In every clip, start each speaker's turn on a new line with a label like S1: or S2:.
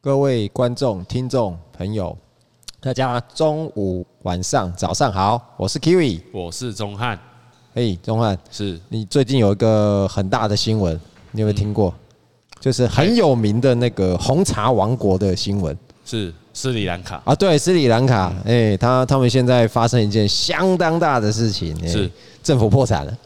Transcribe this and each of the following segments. S1: 各位观众、听众朋友，大家中午、晚上、早上好，我是 Kiwi。
S2: 我是钟汉，
S1: 嘿，钟汉，
S2: 是
S1: 你最近有一个很大的新闻，你有没有听过？就是很有名的那个红茶王国的新闻
S2: 是斯里兰 卡，
S1: 啊，对，斯里兰卡，哎、他他们现在发生一件相当大的事情，哎
S2: 是
S1: 政府破产了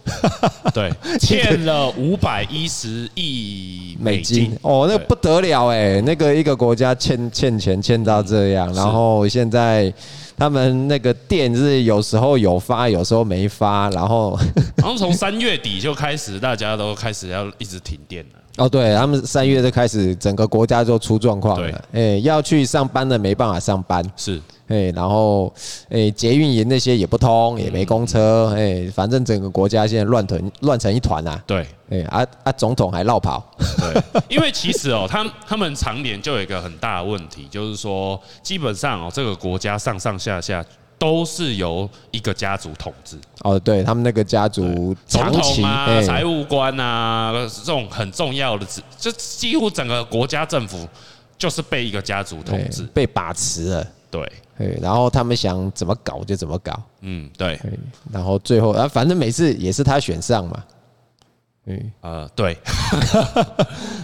S2: 对，欠了五百一十亿
S1: 美
S2: 美
S1: 金
S2: 金，
S1: 哦，那
S2: 对
S1: 不得了哎，那个一个国家欠欠钱欠到这
S2: 嗯
S1: 样，然后现在他们那个店是有时候有发，有时候没发，然后
S2: 好像从三月底就开始，大家都开始要一直停电了。
S1: 哦，对他们三月就开始整个国家就出状况了，哎、要去上班的没办法上班，
S2: 是，
S1: 哎、然后哎、捷运营那些也不通，也没公车，哎、
S2: 嗯
S1: 反正整个国家现在乱成乱成一团啊，
S2: 对
S1: 哎、啊啊，总统还绕跑，
S2: 对，因为其实哦，他他们常年就有一个很大的问题，就是说，基本上哦，这个国家上上下下都是由一个家族统治，
S1: 哦，对他们那个家族
S2: 总
S1: 长期
S2: 统啊、
S1: 哎
S2: 财务官啊，这种很重要的职，就几乎整个国家政府就是被一个家族统
S1: 对
S2: 治。
S1: 被把持了。
S2: 对，
S1: 对，然后他们想怎么搞就怎么搞，
S2: 嗯，对，
S1: 对，然后最后啊，反正每次也是他选上嘛，嗯，
S2: 呃，对。
S1: 然啊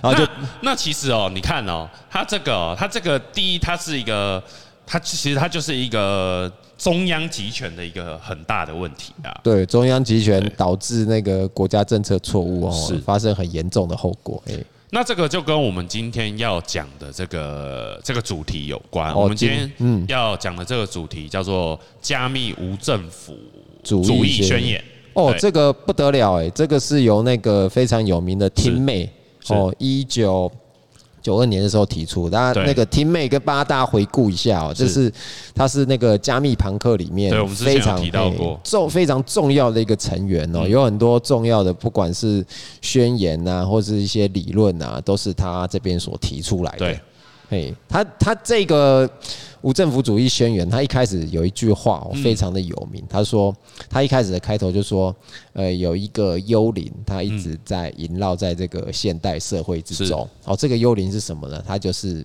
S1: 后就
S2: 那那其实哦，你看哦，它这个、哦，它这个第一，它是一个，它其实它就是一个中央集权的一个很大的问题啊。
S1: 对中央集权导致那个国家政策错误哦
S2: 是，
S1: 发生很严重的后果，哎，
S2: 那这个就跟我们今天要讲的这个这个主题有关。
S1: 哦
S2: 我们今
S1: 今
S2: 天要讲的这个主题叫做“加密无政府
S1: 主义
S2: 主义
S1: 宣
S2: 宣
S1: 言
S2: 言”。
S1: 哦，
S2: 对
S1: 这个不得了哎，这个是由那个非常有名的听妹
S2: 是
S1: 哦，一九九二年的时候提出，大家
S2: 对
S1: 那个听妹跟大家回顾一下哦，这是它是那个加密朋克里面
S2: 对我们之前
S1: 非常
S2: 有提到
S1: 哎
S2: 过
S1: 重非常重要的一个成员哦，
S2: 嗯
S1: 有很多重要的不管是宣言呐、或是一些理论啊，都是他这边所提出来的。
S2: 对，
S1: 嘿，他他这个无政府主义宣言，他一开始有一句话、哦、非常的有名，他说他一开始的开头就说，呃，有一个幽灵，他一直在萦绕在这个现代社会之中。哦，这个幽灵是什么呢？它就是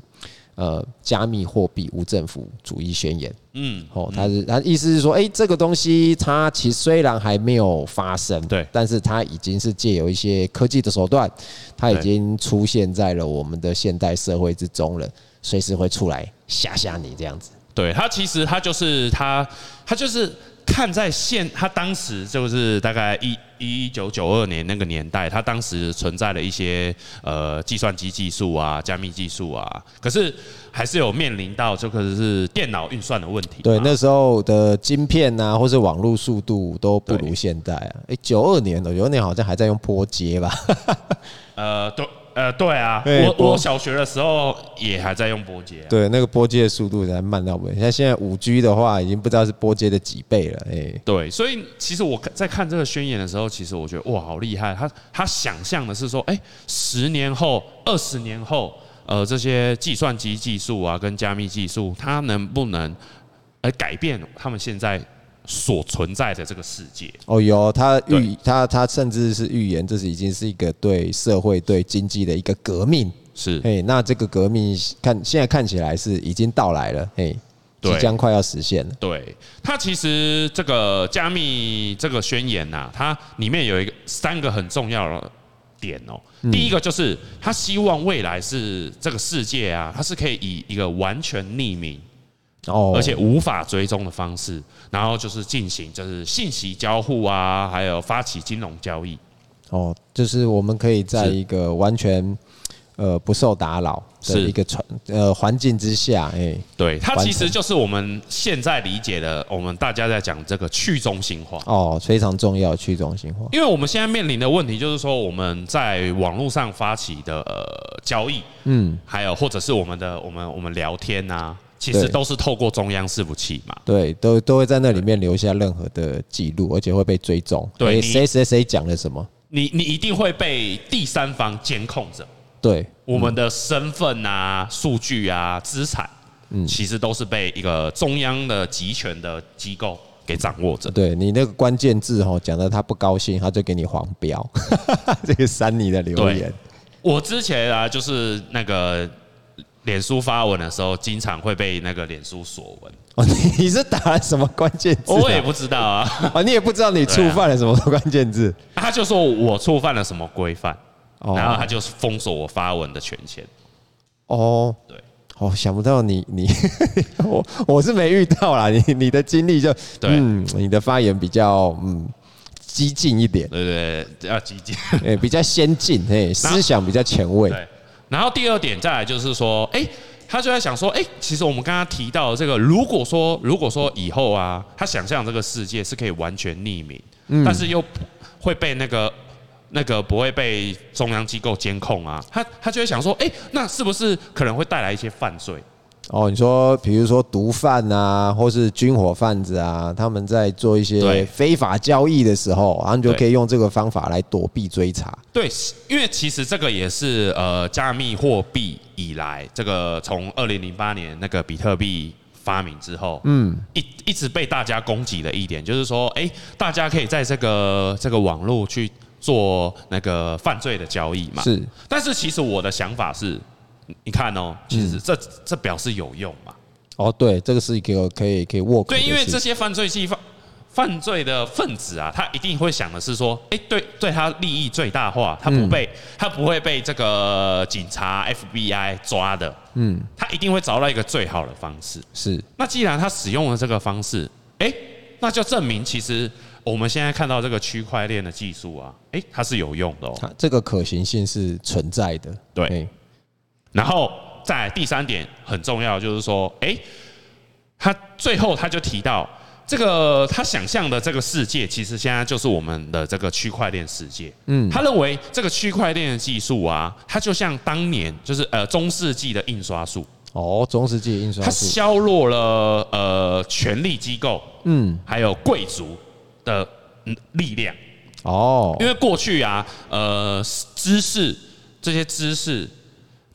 S1: 呃，加密货币无政府主义宣言。
S2: 嗯，
S1: 哦，他是他意思是说，哎、这个东西它其实虽然还没有发生，
S2: 对
S1: 但是它已经是借由一些科技的手段，它已
S2: 对
S1: 经出现在了我们的现代社会之中了，随时会出来吓吓你这样子。
S2: 对他其实他就是他他就是看在现他当时就是大概一一九九二年那个年代，他当时存在了一些呃计算机技术啊、加密技术啊，可是还是有面临到这个是电脑运算的问题嘛。
S1: 对，那时候的晶片啊，或是网络速度都不如
S2: 对
S1: 现代啊。哎、九二年的，九二年好像还在用波接 吧？
S2: 呃对呃对啊，
S1: 对
S2: 我
S1: 波
S2: 我小学的时候也还在用波接、啊。
S1: 对，那个波接的速度才慢到不行。像现在五 G 的话，已经不知道是波接的几倍了。哎、
S2: 对，所以其实我看在看这个宣言的时候，其实我觉得哇，好厉害！他他想象的是说，哎、十年后、二十年后，呃，这些计算机技术啊，跟加密技术，它能不能呃改变他们现在所存在的这个世界？
S1: 哦，有他预
S2: 对
S1: 他他甚至是预言，这是已经是一个对社会对经济的一个革命。
S2: 是
S1: 嘿，那这个革命看现在看起来是已经到来了，嘿，即
S2: 对
S1: 将快要实现了。
S2: 对，它其实这个加密这个宣言呐、它里面有一个三个很重要的点哦。第一个就是他希望未来是这个世界啊，它是可以以一个完全匿名
S1: 哦，
S2: 而且无法追踪的方式，然后就是进行就是信息交互啊，还有发起金融交易。
S1: 哦，就是我们可以在
S2: 是
S1: 一个完全呃不受打扰的
S2: 是
S1: 一个传呃环境之下，哎，
S2: 对，它
S1: 完
S2: 其实
S1: 成
S2: 就是我们现在理解的，我们大家在讲这个去中心化。
S1: 哦，非常重要去中心化。
S2: 因为我们现在面临的问题就是说，我们在网络上发起的、呃、交易，
S1: 嗯，
S2: 还有或者是我们的我们我们聊天啊，其
S1: 对
S2: 实都是透过中央伺服器嘛。
S1: 对，都都会在那里面留下任何的记录，而且会被追踪。
S2: 对
S1: 哎
S2: 你
S1: 谁谁谁讲了什么？
S2: 你你一定会被第三方监控
S1: 嗯
S2: 着，
S1: 对，
S2: 我们的身份啊、数据啊、资产，
S1: 嗯
S2: 其实都是被一个中央的集权的机构给掌握着。
S1: 对你那个关键字吼，讲到他不高兴，他就给你黄标， 这个删你的留言。
S2: 我之前啊，就是那个脸书发文的时候，经常会被那个脸书锁文。
S1: 哦，你是打了什么关键字、啊？
S2: 我也不知道啊，
S1: 哦，你也不知道你触犯了什么关键字。
S2: 他就说我触犯了什么规范，
S1: 哦
S2: 然后他就封锁我发文的权限。
S1: 哦，
S2: 啊对，
S1: 哦，想不到你你 我我是没遇到啦，你你的经历就
S2: 对
S1: 嗯，你的发言比较嗯激进一 点，
S2: 对对对，要积极。
S1: 哎、比较先进，哎、思想比较前卫，
S2: 对，然后第二点再来就是说，哎、他就在想说，哎、其实我们刚刚提到的这个，如果说如果说以后啊，他想象这个世界是可以完全匿名，但是又不会被那个。那个不会被中央机构监控啊，他他就会想说，哎、那是不是可能会带来一些犯罪？
S1: 哦，你说比如说毒贩啊，或是军火贩子啊，他们在做一些
S2: 对
S1: 非法交易的时候，然后你就
S2: 对
S1: 可以用这个方法来躲避追查。
S2: 对，因为其实这个也是呃，加密货币以来，这个从二零零八年那个比特币发明之后，嗯，一一直被大家攻击的一点，就是说，哎、大家可以在这个这个网络去做那个犯罪的交易嘛。
S1: 是，
S2: 但是其实我的想法是，你你看哦，其实这、这表示有用嘛。
S1: 哦，对，这个是一个可以可以 work 的
S2: 对，
S1: 事情。
S2: 因为这些犯罪系犯犯罪的分子啊，他一定会想的是说，哎、对，对他利益最大化，他
S1: 嗯
S2: 不被、他不会被这个警察 FBI 抓的，嗯，他一定会找到一个最好的方式。
S1: 是
S2: 那既然他使用了这个方式，哎、那就证明其实我们现在看到这个区块链的技术啊，哎、它是有用的哦。
S1: 它这个可行性是存在的。
S2: 对
S1: 哎
S2: 然后再来第三点很重要，就是说，诶，他最后他就提到这个他想象的这个世界，其实现在就是我们的这个区块链世界。嗯，他认为这个区块链的技术啊，它就像当年就是呃中世纪的印刷术，
S1: 哦，中世纪印刷
S2: 它
S1: 术
S2: 削弱了呃权力机构，嗯，还有贵族的嗯力量。
S1: 哦
S2: 因，为过去啊，呃，知识这些知识，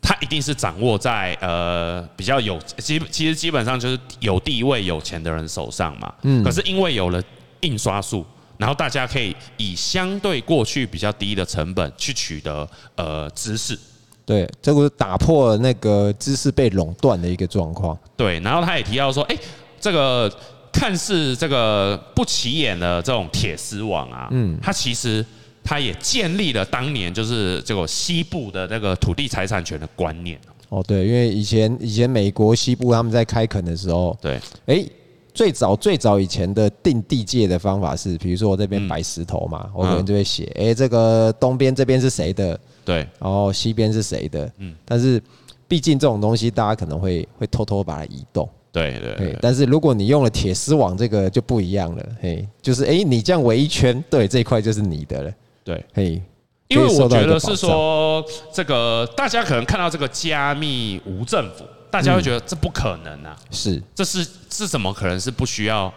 S2: 它一定是掌握在呃比较有基，其实基本上就是有地位、有钱的人手上嘛。嗯。可是因为有了印刷术，然后大家可以以相对过去比较低的成本去取得呃知识。
S1: 对，这个是打破了那个知识被垄断的一个状况。
S2: 对，然后他也提到说，哎、这个看似这个不起眼的这种铁丝网啊，嗯，它其实它也建立了当年就是这个西部的那个土地财产权的观念。啊
S1: 哦，对，因为以前以前美国西部他们在开垦的时候，
S2: 对，
S1: 哎，最早最早以前的定地界的方法是，比如说我这边
S2: 嗯
S1: 摆石头嘛，我可能就会写，哎，这个东边这边是谁的，
S2: 对，
S1: 然后西边是谁的，嗯，但是毕竟这种东西大家可能会会偷偷把它移动。
S2: 对，对，
S1: 对
S2: 对，，
S1: 但是如果你用了铁丝网，这个就不一样了，嘿，就是哎、你这样围一圈，对，这一块就是你的了，
S2: 对。
S1: 嘿，
S2: 因为
S1: 可以受
S2: 我
S1: 到
S2: 觉
S1: 一个保
S2: 得是
S1: 障，
S2: 说，这个大家可能看到这个加密无政府，大
S1: 嗯
S2: 家会觉得这不可能啊，
S1: 是
S2: 这是是怎么可能是不需要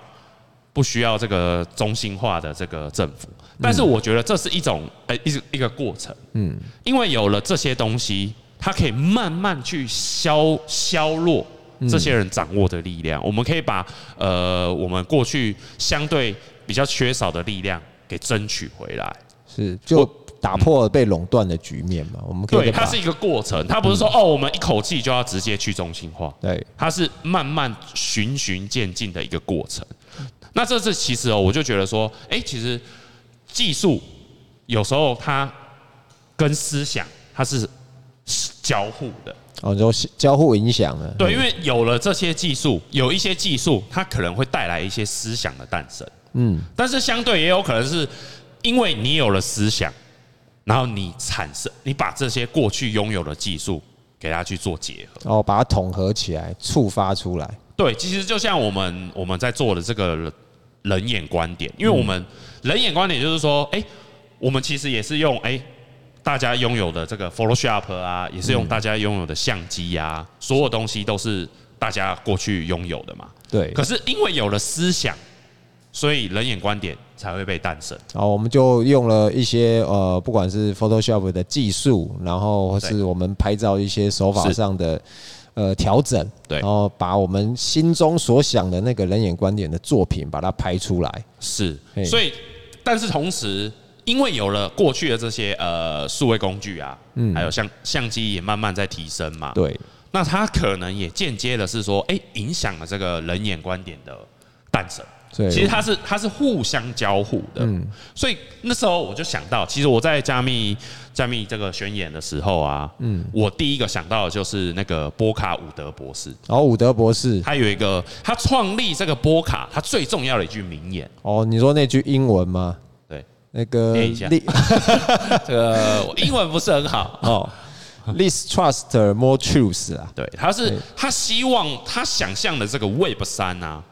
S2: 不需要这个中心化的这个政府？但是我觉得这是一种呃一一个过程，嗯，因为有了这些东西，它可以慢慢去消削弱这些人掌握的力量。我们可以把呃我们过去相对比较缺少的力量给争取回来。
S1: 是，就打破了被垄断的局面嘛，我们可以
S2: 嗯对，
S1: 把
S2: 它是一个过程，它不是说哦我们一口气就要直接去中心化，
S1: 对，
S2: 它是慢慢循循渐进的一个过程。那这次其实哦，我就觉得说，哎、其实技术有时候它跟思想它是交互的，
S1: 哦，就交互影响了，
S2: 对，
S1: 嘿
S2: 因为有了这些技术，有一些技术它可能会带来一些思想的诞生，嗯，但是相对也有可能是因为你有了思想，然后你产生，你把这些过去拥有的技术给它去做结合。
S1: 哦，把它统合起来，触发出来，
S2: 对，其实就像我们我们在做的这个人眼观点，因为
S1: 嗯
S2: 我们人眼观点就是说，哎、我们其实也是用哎、诶大家拥有的这个 Photoshop 啊，也
S1: 嗯
S2: 是用大家拥有的相机啊，所有东西都是大家过去拥有的嘛。
S1: 对
S2: 可，是因为有了思想，所以人眼观点才会被诞生。
S1: 然后我们就用了一些呃，不管是 Photoshop 的技术，然后或是
S2: 对
S1: 我们拍照一些手法
S2: 是
S1: 上的呃调整，
S2: 对
S1: 然后把我们心中所想的那个人眼观点的作品把它拍出来，
S2: 是
S1: 嘿，
S2: 所以但是同时，因为有了过去的这些呃数位工具啊，还有像相机也慢慢在提升嘛，
S1: 嗯对，
S2: 那它可能也间接的是说，哎、影响了这个人眼观点的诞生。
S1: 对
S2: 其实它是它是互相交互的，
S1: 嗯
S2: 所以那时候我就想到，其实我在加密加密这个宣言的时候啊，嗯，我第一个想到的就是那个波卡伍德博士，
S1: 哦，伍德博士，
S2: 他有一个他创立这个波卡，他最重要的一句名言，
S1: 哦，你说那句英文吗？
S2: 对，
S1: 那个
S2: 念一下
S1: li-
S2: 这个我英文不是很好，
S1: 哦，least trust more truth 啊，
S2: 对，他是他希望他想象的这个 Web 三啊，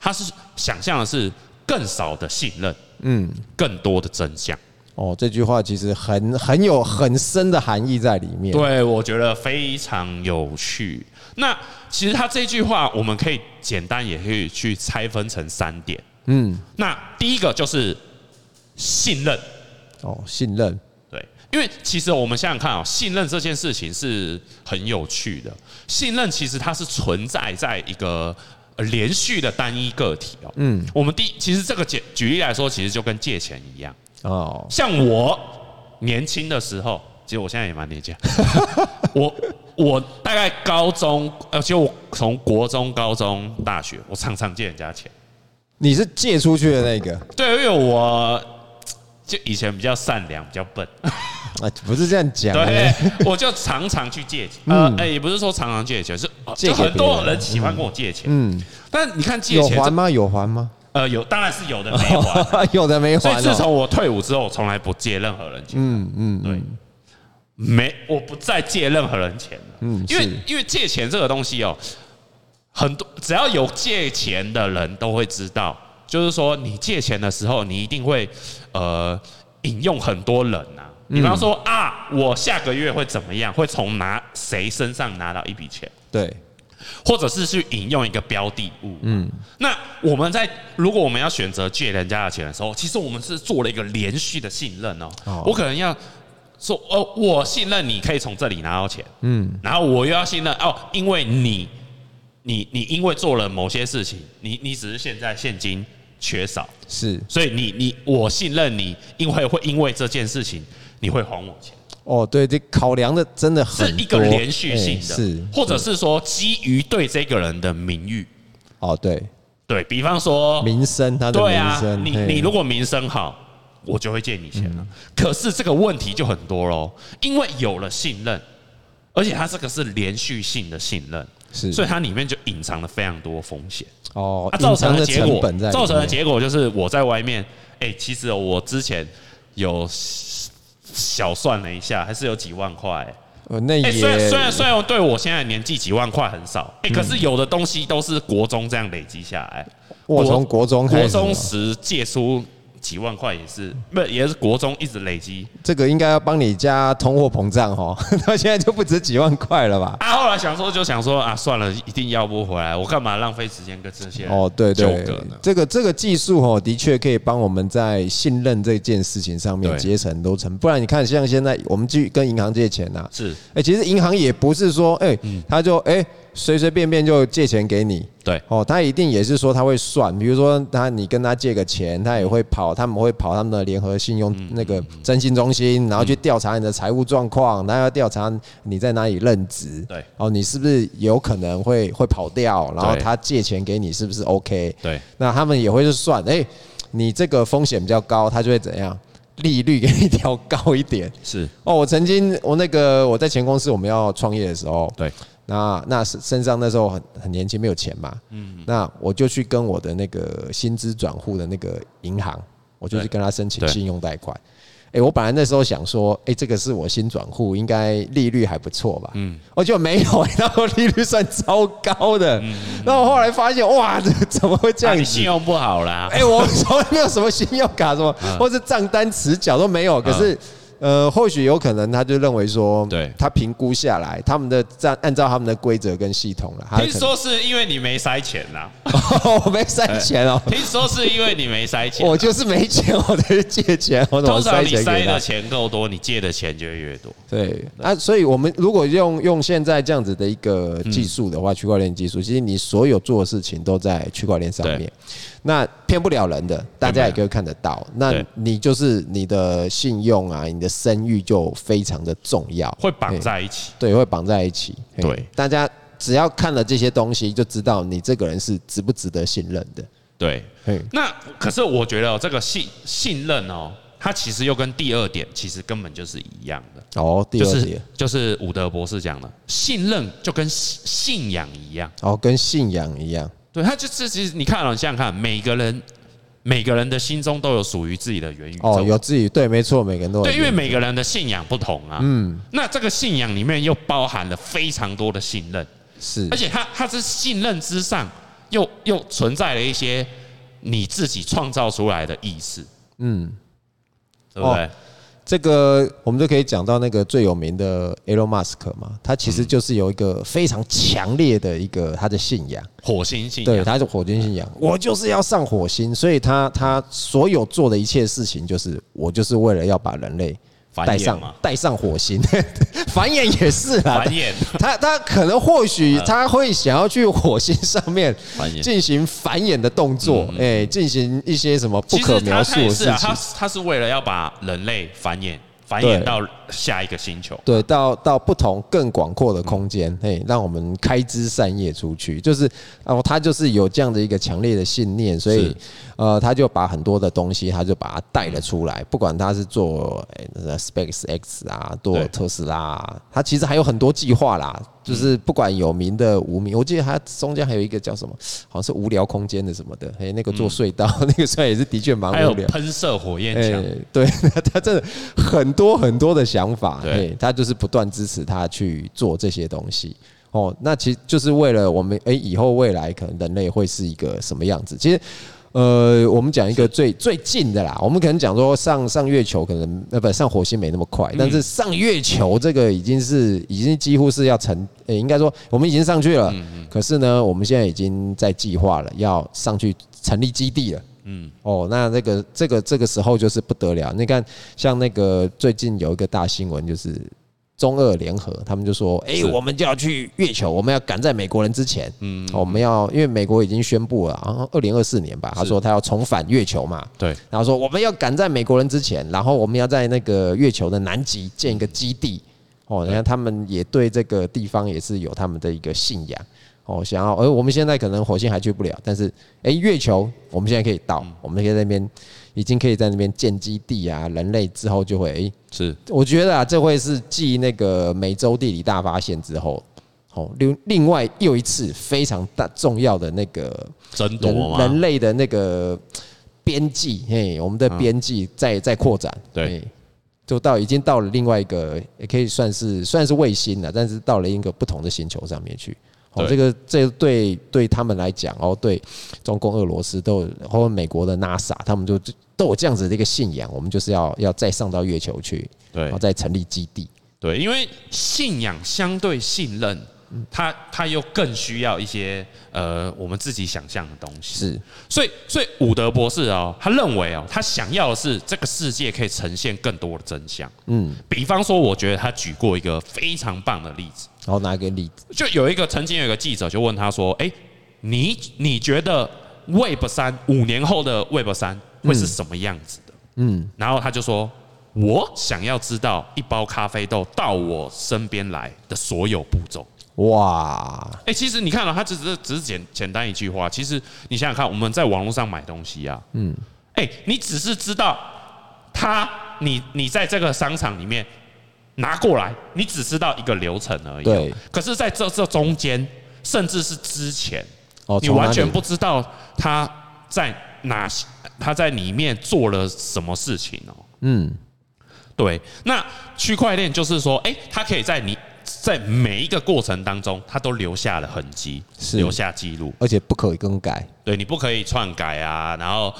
S2: 他是想象的是更少的信任，嗯，更多的真相。
S1: 哦，这句话其实很很有很深的含义在里面。，
S2: 对，我觉得非常有趣。那其实他这句话，我们可以简单也可以去拆分成三点。
S1: 嗯，
S2: 那第一个就是信任，
S1: 哦，信任，
S2: 对，因为其实我们想想看啊、信任这件事情是很有趣的。信任其实它是存在在一个呃连续的单一个体哦。嗯，我们第其实这个举举例来说，其实就跟借钱一样。
S1: 哦，
S2: 像我年轻的时候，其实我现在也蛮年轻，我我大概高中，呃，其实我从国中、高中、大学，我常常借人家钱。
S1: 你是借出去的那个，
S2: 对，因为我就以前比较善良，比较笨，
S1: 啊，不是这样讲欸
S2: 对
S1: 的，，
S2: 我就常常去借钱，呃，哎，也不是说常常借钱，是呃
S1: 嗯借
S2: 就
S1: 给
S2: 很多
S1: 别人
S2: 人喜欢跟我借钱，
S1: 嗯，
S2: 但你看借
S1: 有
S2: 钱
S1: 还
S2: 这，
S1: 吗？有还吗？
S2: 呃，有当然是有的没还，
S1: 有的没
S2: 所以
S1: 还
S2: 自
S1: 哦。
S2: 从我退伍之后，我从来不借任何人钱。
S1: 嗯嗯，
S2: 对，没，我不再借任何人钱了。
S1: 嗯
S2: 因为
S1: 是
S2: 因为借钱这个东西哦，很多只要有借钱的人都会知道，就是说你借钱的时候，你一定会呃引用很多人呐、比
S1: 嗯
S2: 方说、啊，我下个月会怎么样？会从拿谁身上拿到一笔钱？
S1: 对，
S2: 或者是去引用一个标的物。嗯，那我们在如果我们要选择借人家的钱的时候，其实我们是做了一个连续的信任哦。
S1: 哦
S2: 我可能要说，哦，我信任你可以从这里拿到钱，
S1: 嗯，
S2: 然后我又要信任哦，因为你，你，你因为做了某些事情，你，你只是现在现金缺少，
S1: 是
S2: 所以你，你，我信任你，因为会因为这件事情，你会还我钱。
S1: 哦，对，这考量的真的很
S2: 是一个
S1: 多
S2: 连续性
S1: 哎
S2: 的，
S1: 是
S2: 或者是说基于对这个人的名誉，
S1: 哦，对，
S2: 对比方说，
S1: 民生他的
S2: 对
S1: 民
S2: 啊，
S1: 生，
S2: 你
S1: 嘿嗯
S2: 你如果名声好，我就会借你钱了。可是这个问题就很多喽，因为有了信任，而且它这个是连续性的信任，
S1: 是
S2: 所以它里面就隐藏了非常多风险。
S1: 哦，
S2: 它造
S1: 隐
S2: 成
S1: 藏
S2: 的
S1: 的
S2: 结
S1: 成
S2: 果
S1: 本在，里
S2: 造成的
S1: 面
S2: 结果就是我在外面，哎，其实我之前有小算了一下，还是有几万块、
S1: 呃那
S2: 哎、
S1: 也
S2: 虽然虽然虽然对我现在年纪几万块很少，
S1: 嗯
S2: 哎、可是有的东西都是国中这样累积下来。
S1: 我从国中开
S2: 国
S1: 始嘛，哦
S2: 中时借出几万块也是，不也是国中一直累积。
S1: 这个应该要帮你加通货膨胀哦， 到现在就不止几万块了吧？
S2: 啊，后来想说就想说啊，算了，一定要不回来，我干嘛浪费时间跟这些人
S1: 哦，对
S2: 纠
S1: 对
S2: 葛呢？，
S1: 这个这个技术哦，的确可以帮我们在信任这件事情上面
S2: 对
S1: 节省很多成本。不然你看，像现在我们去跟银行借钱呐、啊，
S2: 是
S1: 哎、其实银行也不是说，哎、他就哎随随便便就借钱给你，
S2: 嗯对
S1: 哦，他一定也是说他会算，比如说他你跟他借个钱，他也会跑，他们会跑他们的联合信用
S2: 嗯
S1: 那个征信中心，然后去调查你的财务状况，然后要调查你在哪里任职，
S2: 对
S1: 哦，你是不是有可能会会跑掉，然后
S2: 对
S1: 他借钱给你是不是 OK？
S2: 对，
S1: 那他们也会去算，哎、你这个风险比较高，他就会怎样？利率给你调高一点，
S2: 是，
S1: 哦，我曾经我那个我在前公司我们要创业的时候，
S2: 对，
S1: 那那身身上那时候很很年轻，没有钱嘛，嗯，那我就去跟我的那个薪资转户的那个银行，我就去
S2: 对
S1: 跟他申请
S2: 对
S1: 信用贷款。哎、我本来那时候想说，哎、这个是我新转户，应该利率还不错吧？嗯，我就没有、 然后利率算超高的。然后我后来发现，哇，这 怎么会这
S2: 啊
S1: 样
S2: 你
S1: 子
S2: 信？用不好啦
S1: 哎、，我从来没有什么信用卡什么，
S2: 嗯
S1: 或是账单迟缴都没有。可是，呃，或许有可能他就认为说，
S2: 对
S1: 他评估下来，他们的账按照他们的规则跟系统了。他可
S2: 听
S1: 能
S2: 说是因为你没塞钱啦，
S1: 我没塞钱哦、
S2: 听说是因为你没塞钱啦。
S1: 我就是没钱，我才去借钱，我怎么
S2: 哎通常
S1: 塞
S2: 你
S1: 钱
S2: 塞
S1: 给
S2: 的
S1: 他？
S2: 钱够多，你借的钱就会越多。
S1: 对，啊，所以我们如果用用现在这样子的一个
S2: 嗯
S1: 技术的话，区块链技术，其实你所有做的事情都在区块链上面
S2: 对，
S1: 那骗不了人的，大家也可以看得到。那
S2: 对
S1: 你就是你的信用啊，你的声誉就非常的重要，
S2: 会绑在一起。
S1: 对，会绑在一起。嘿
S2: 对，
S1: 大家只要看了这些东西，就知道你这个人是值不值得信任的。
S2: 对，
S1: 嘿，
S2: 那可是我觉得哦这个信信任哦，它其实又跟第二点其实根本就是一样的，
S1: 哦，第
S2: 就
S1: 二
S2: 是
S1: 点，
S2: 就是伍德博士讲的，信任就跟信信仰一样。
S1: 哦，跟信仰一样。
S2: 对，他就是其实你看了、哦你想想看，每个人每个人的心中都有属于自己的元宇宙。
S1: 哦，有自己对，没错，每个人都有
S2: 对，因为
S1: 自己
S2: 每个人的信仰不同啊。嗯，那这个信仰里面又包含了非常多的信任，
S1: 是
S2: 而且它它是信任之上又又存在了一些你自己创造出来的意识。
S1: 嗯，哦
S2: 对不对？
S1: 这个，我们就可以讲到那个最有名的 Elon Musk 嘛，他其实就是有一个非常强烈的一个他的信仰，
S2: 火星信
S1: 对，
S2: 仰，嗯
S1: 他是火箭信仰，我就是要上火星，所以他他所有做的一切事情，就是我就是为了要把人类
S2: 繁
S1: 带
S2: 衍
S1: 上
S2: 嘛，
S1: 带上火星， 繁衍也是啦
S2: 繁。衍， 嗯
S1: 他他可能或许他会想要去火星上面
S2: 繁衍嗯
S1: 进行繁衍的动作，哎，进行一些什么不
S2: 其
S1: 可
S2: 实
S1: 描
S2: 他
S1: 述的
S2: 也
S1: 事
S2: 是啊，
S1: 情
S2: 他。他是为了要把人类繁衍繁
S1: 对
S2: 衍到下一个星球。
S1: 对，到到不同更广阔的空间，嘿，让我们开枝散叶出去，就是哦，他就是有这样的一个强烈的信念，所以
S2: 是
S1: 呃，他就把很多的东西，他就把它带了出来，不管他是做、诶那个 SpaceX 啊，做
S2: 对
S1: 特斯拉、啊，他其实还有很多计划啦，
S2: 嗯
S1: 就是不管有名的无名，我记得他中间还有一个叫什么，好像是无聊空间的什么的，嘿，那个做隧道， 那个虽然也是的确蛮
S2: 嗯还有
S1: 无聊，
S2: 喷射火焰
S1: 哎、
S2: 枪，
S1: 对 他真的很多很多的想法，
S2: 对
S1: 对、他就是不断支持他去做这些东西。哦，那其实就是为了我们哎、以后未来可能人类会是一个什么样子？其实，呃，我们讲一个最最近的啦，我们可能讲说上上月球可能呃不上火星没那么快，但是上月球这个已经是已经几乎是要成，呃、应该说我们已经上去了，可是呢，我们现在已经在计划了要上去成立基地了。哦，那这个这个这个时候就是不得了。你看，像那个最近有一个大新闻，就是中俄联合，他们就说，哎、
S2: 是
S1: 我们就要去月球，我们要赶在美国人之前。嗯，我们要因为美国已经宣布了，好像二零二四年吧，他说他要重返月球嘛。
S2: 对，
S1: 然后说我们要赶在美国人之前，然后我们要在那个月球的南极建一个基地。哦，你看他们也对这个地方也是有他们的一个信仰。哦，想要，而我们现在可能火星还去不了，但是哎、诶月球我们现在可以到，我们可以在那边已经可以在那边建基地啊，人类之后就会哎、诶
S2: 是
S1: 我觉得啊，这会是继那个美洲地理大发现之后。哦，另另外又一次非常大重要的那个
S2: 争夺
S1: 人
S2: 嘛，
S1: 人类的那个边际，嘿，我们的边际在在扩展，
S2: 嗯对
S1: 嘿，就到已经到了另外一个，也可以算是虽然是卫星了，啊但是到了一个不同的星球上面去。哦，这
S2: 对
S1: 个这个对对他们来讲，哦，对中共、俄罗斯都有，或者美国的 NASA，他们就就都有这样子的一个信仰，我们就是要要再上到月球去，
S2: 对
S1: 然后再成立基地。
S2: 对，因为信仰相对信任，它它又更需要一些呃我们自己想象的东西。
S1: 是，
S2: 所以所以伍德博士哦，他认为哦，他想要的是这个世界可以呈现更多的真相。
S1: 嗯，
S2: 比方说，我觉得他举过一个非常棒的例子，
S1: 然后拿一个例子，
S2: 就有一个曾经有一个记者就问他说：“哎、你你觉得 Web 三五年后的 Web 三会是什么样子的？”
S1: 嗯，
S2: 然后他就说：“我想要知道一包咖啡豆到我身边来的所有步骤。
S1: 哇，”
S2: 哎，其实你看了、他只是只是简简单一句话。其实你想想看，我们在网络上买东西啊，嗯，哎，你只是知道他，你你在这个商场里面拿过来，你只知道一个流程而已。啊
S1: 对，
S2: 可是在这这中间，甚至是之前，
S1: 哦，
S2: 你
S1: 从哪
S2: 完全
S1: 里
S2: 不知道他在哪些，他在里面做了什么事情哦。
S1: 嗯，
S2: 对，那区块链就是说，哎、它可以在你在每一个过程当中，它都留下了痕迹，
S1: 是
S2: 留下记录。
S1: 而且不可更改。
S2: 对你不可以篡改啊，然后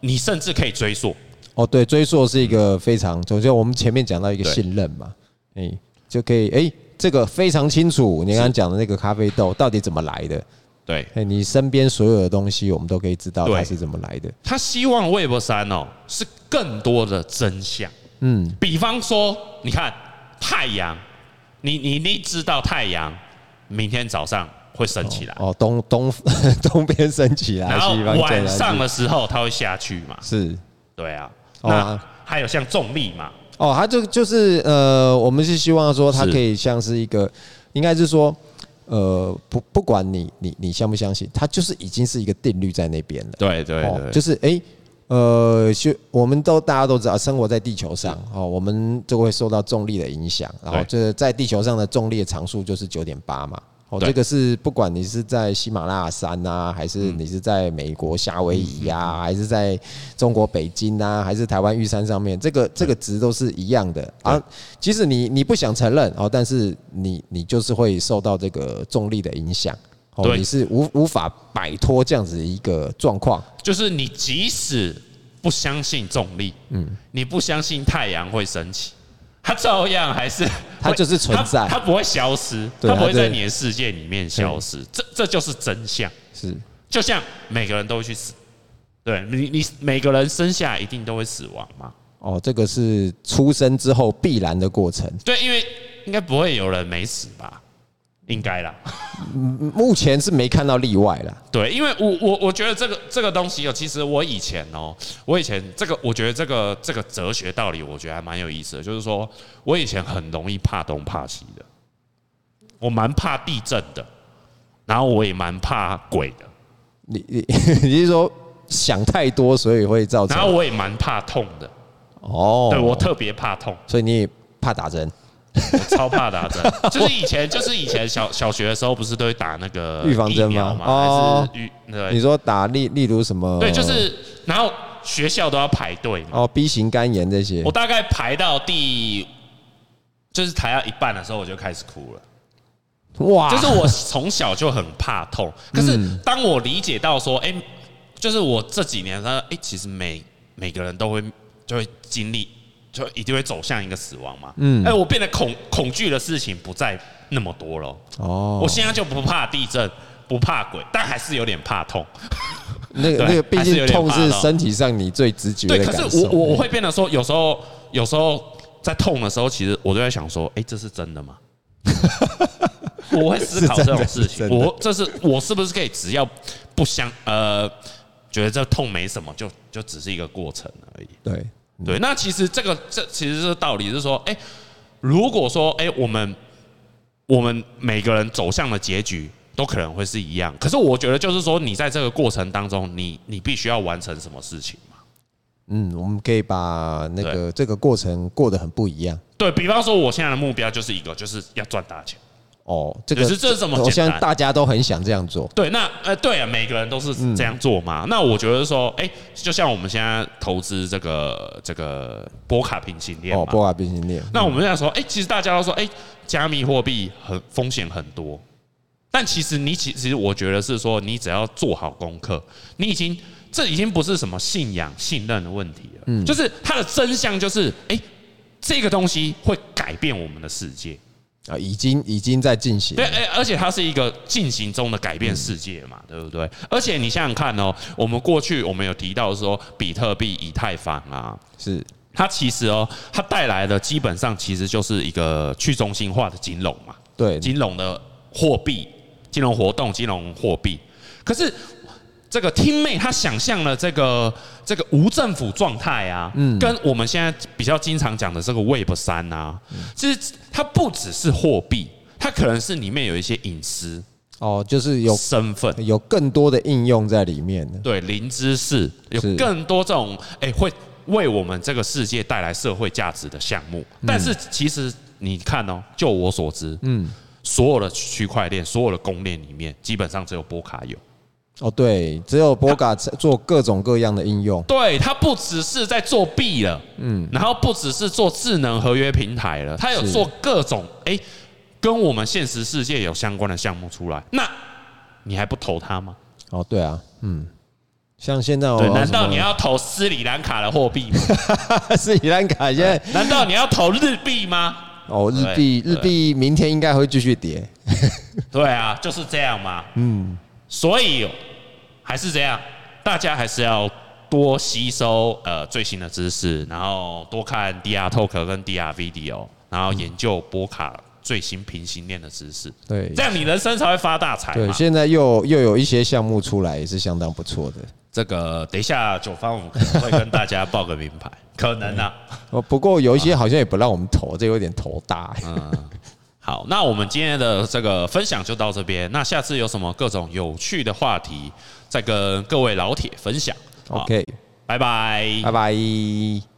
S2: 你甚至可以追溯。
S1: 哦，对，追溯是一个非常，总之我们前面讲到一个
S2: 对
S1: 信任嘛，哎、就可以，哎、这个非常清楚，你刚刚讲的那个咖啡豆到底怎么来的？
S2: 对，
S1: 哎、你身边所有的东西，我们都可以知道
S2: 对
S1: 它是怎么来的。
S2: 他希望 Web 三哦是更多的真相。
S1: 嗯，
S2: 比方说，你看太阳，你你你知道太阳明天早上会升起来，
S1: 哦，东东 东边升起来，
S2: 然后
S1: 西方降
S2: 晚
S1: 下去
S2: 上的时候它会下去嘛？
S1: 是
S2: 对啊，
S1: 哦
S2: 那
S1: 啊
S2: 还有像重力嘛，
S1: 哦，他就就是呃，我们是希望说他
S2: 是
S1: 可以像是一个，应该是说，呃，不不管你你你相不相信，它就是已经是一个定律在那边了。
S2: 对对
S1: 哦，
S2: 对，
S1: 就是诶，呃，就我们都大家都知道，生活在地球上哦，我们就会受到重力的影响，然后
S2: 对
S1: 这在地球上的重力的常数就是九点八嘛。哦，
S2: 对
S1: 这个是不管你是在喜马拉雅山啊，还是
S2: 嗯
S1: 你是在美国夏威夷啊，还是在中国北京啊，还是台湾玉山上面，这个这个值都是一样的啊。即使你你不想承认哦，但是你你就是会受到这个重力的影响哦，
S2: 对
S1: 你是无无法摆脱这样子的一个状况。
S2: 就是你即使不相信重力，嗯，你不相信太阳会升起，它照样还是
S1: 它就是存在
S2: 它它不会消失，
S1: 对
S2: 它不会
S1: 它就
S2: 在你的世界里面消失，这这就是真相。
S1: 是
S2: 就像每个人都会去死，对你你每个人生下来一定都会死亡嘛？
S1: 哦，这个是出生之后必然的过程。
S2: 对，因为应该不会有人没死吧？应该啦。
S1: 嗯目前是没看到例外啦。
S2: 对，因为我我我觉得这个这个东西哦，其实我以前哦，我以前这个我觉得这个这个哲学道理，我觉得还蛮有意思的，就是说我以前很容易怕东怕西的，我蛮怕地震的，然后我也蛮怕鬼的，
S1: 你你 你是说想太多，所以会造成
S2: 然？后我也蛮怕痛的，
S1: 哦，
S2: 对我，特别怕痛，
S1: 所以你也怕打针，
S2: 我超怕打 针，就是以前就是以前小小学的时候不是都会打那个
S1: 预防针吗
S2: 疫苗吗？
S1: 哦
S2: 还是预对
S1: 你说打例例如什么？
S2: 对，就是然后学校都要排队嘛。
S1: 哦 B 型肝炎这些
S2: 我。大概排到第，就是排到一半的时候，我就开始哭了。
S1: 哇，
S2: 就是我从小就很怕痛，可是当我理解到说，哎，就是我这几年，呢，哎，其实每每个人都会就会经历，就一定会走向一个死亡嘛。嗯，哎，我变得恐恐惧的事情不再那么多了。
S1: 哦
S2: 我，现在就不怕地震，不怕鬼，但还是有点怕痛。
S1: 那个
S2: 对
S1: 那个，毕
S2: 还是
S1: 竟
S2: 有点
S1: 痛
S2: 怕
S1: 是
S2: 到
S1: 身体上你最直觉
S2: 对，
S1: 的
S2: 可
S1: 感
S2: 是
S1: 受。嗯
S2: 我我我会变得说，有时候有时候在痛的时候，其实我都在想说，哎、这是真的吗？我会思考这种事
S1: 是真
S2: 情，
S1: 的
S2: 我这是我是不是可以只要不相呃，觉得这痛没什么，就就只是一个过程而已。
S1: 对
S2: 对，那其实这个这其实这个道理是说，哎、如果说哎、我们我们每个人走向的结局都可能会是一样，可是我觉得就是说，你在这个过程当中，你你必须要完成什么事情嘛？
S1: 嗯，我们可以把那个这个过程过得很不一样。
S2: 对比方说，我现在的目标就是一个，就是要赚大钱。
S1: 哦，这个
S2: 可是这怎么
S1: 我
S2: 简
S1: 相
S2: 单
S1: 信大家都很想这样做。哦
S2: 对，那呃，对啊，每个人都是
S1: 嗯
S2: 这样做嘛。那我觉得说，哎、就像我们现在投资这个这个波卡平行链嘛，
S1: 哦，波卡变形链。
S2: 那我们现在说，哎、其实大家都说，哎、加密货币很风险很多，但其实你其其实我觉得是说，你只要做好功课，你已经这已经不是什么信仰信任的问题了，
S1: 嗯
S2: 就是它的真相就是，哎、这个东西会改变我们的世界。
S1: 啊，已经已经在进行
S2: 对，。哎、而且它是一个进行中的改变世界嘛，对不对？而且你想想看哦，我们过去我们有提到说，比特币、以太坊啊，
S1: 是
S2: 它其实哦，它带来的基本上其实就是一个去中心化的金融嘛，
S1: 对，
S2: 金融的货币、金融活动、金融货币。可是这个 team 妹她想象了这个这个无政府状态啊，跟我们现在比较经常讲的这个 Web 三啊，其实它不只是货币，它可能是里面有一些隐私、
S1: 哦，就是有
S2: 身份。
S1: 有更多的应用在里面的。
S2: 对零知识有
S1: 是
S2: 更多这种哎、会为我们这个世界带来社会价值的项目。但是其实你看哦，就我所知，嗯，所有的区块链、所有的公链里面，基本上只有波卡有。
S1: 哦，对，只有
S2: 啊
S1: 波卡做各种各样的应用。
S2: 对，它不只是在做币了，嗯，然后不只是做智能合约平台了，它有
S1: 是
S2: 做各种哎、跟我们现实世界有相关的项目出来。那你还不投它吗？
S1: 哦，对啊，嗯，像现在我哦
S2: 对，难道你要投斯里兰卡的货币吗？
S1: 斯里兰卡现在
S2: 难道你要投日币吗？
S1: 哦，日币
S2: 对
S1: 日币明天应该会继续跌。
S2: 对啊，就是这样嘛。嗯，所以哦还是这样，大家还是要多吸收呃最新的知识，然后多看 DR Talk 跟 DR Video，然后研究波卡最新平行链的知识，
S1: 对
S2: 这样你人生才会发大财
S1: 嗯对，
S2: 嘛。
S1: 现在又又有一些项目出来，也是相当不错的。
S2: 这个等一下九方五可能会跟大家报个名牌。可能啊。
S1: 哦，不过有一些好像也不让我们投，这有点头大。
S2: 嗯 好，那我们今天的这个分享就到这边。那下次有什么各种有趣的话题，再跟各位老铁分享。好
S1: OK，
S2: 拜拜
S1: 拜拜。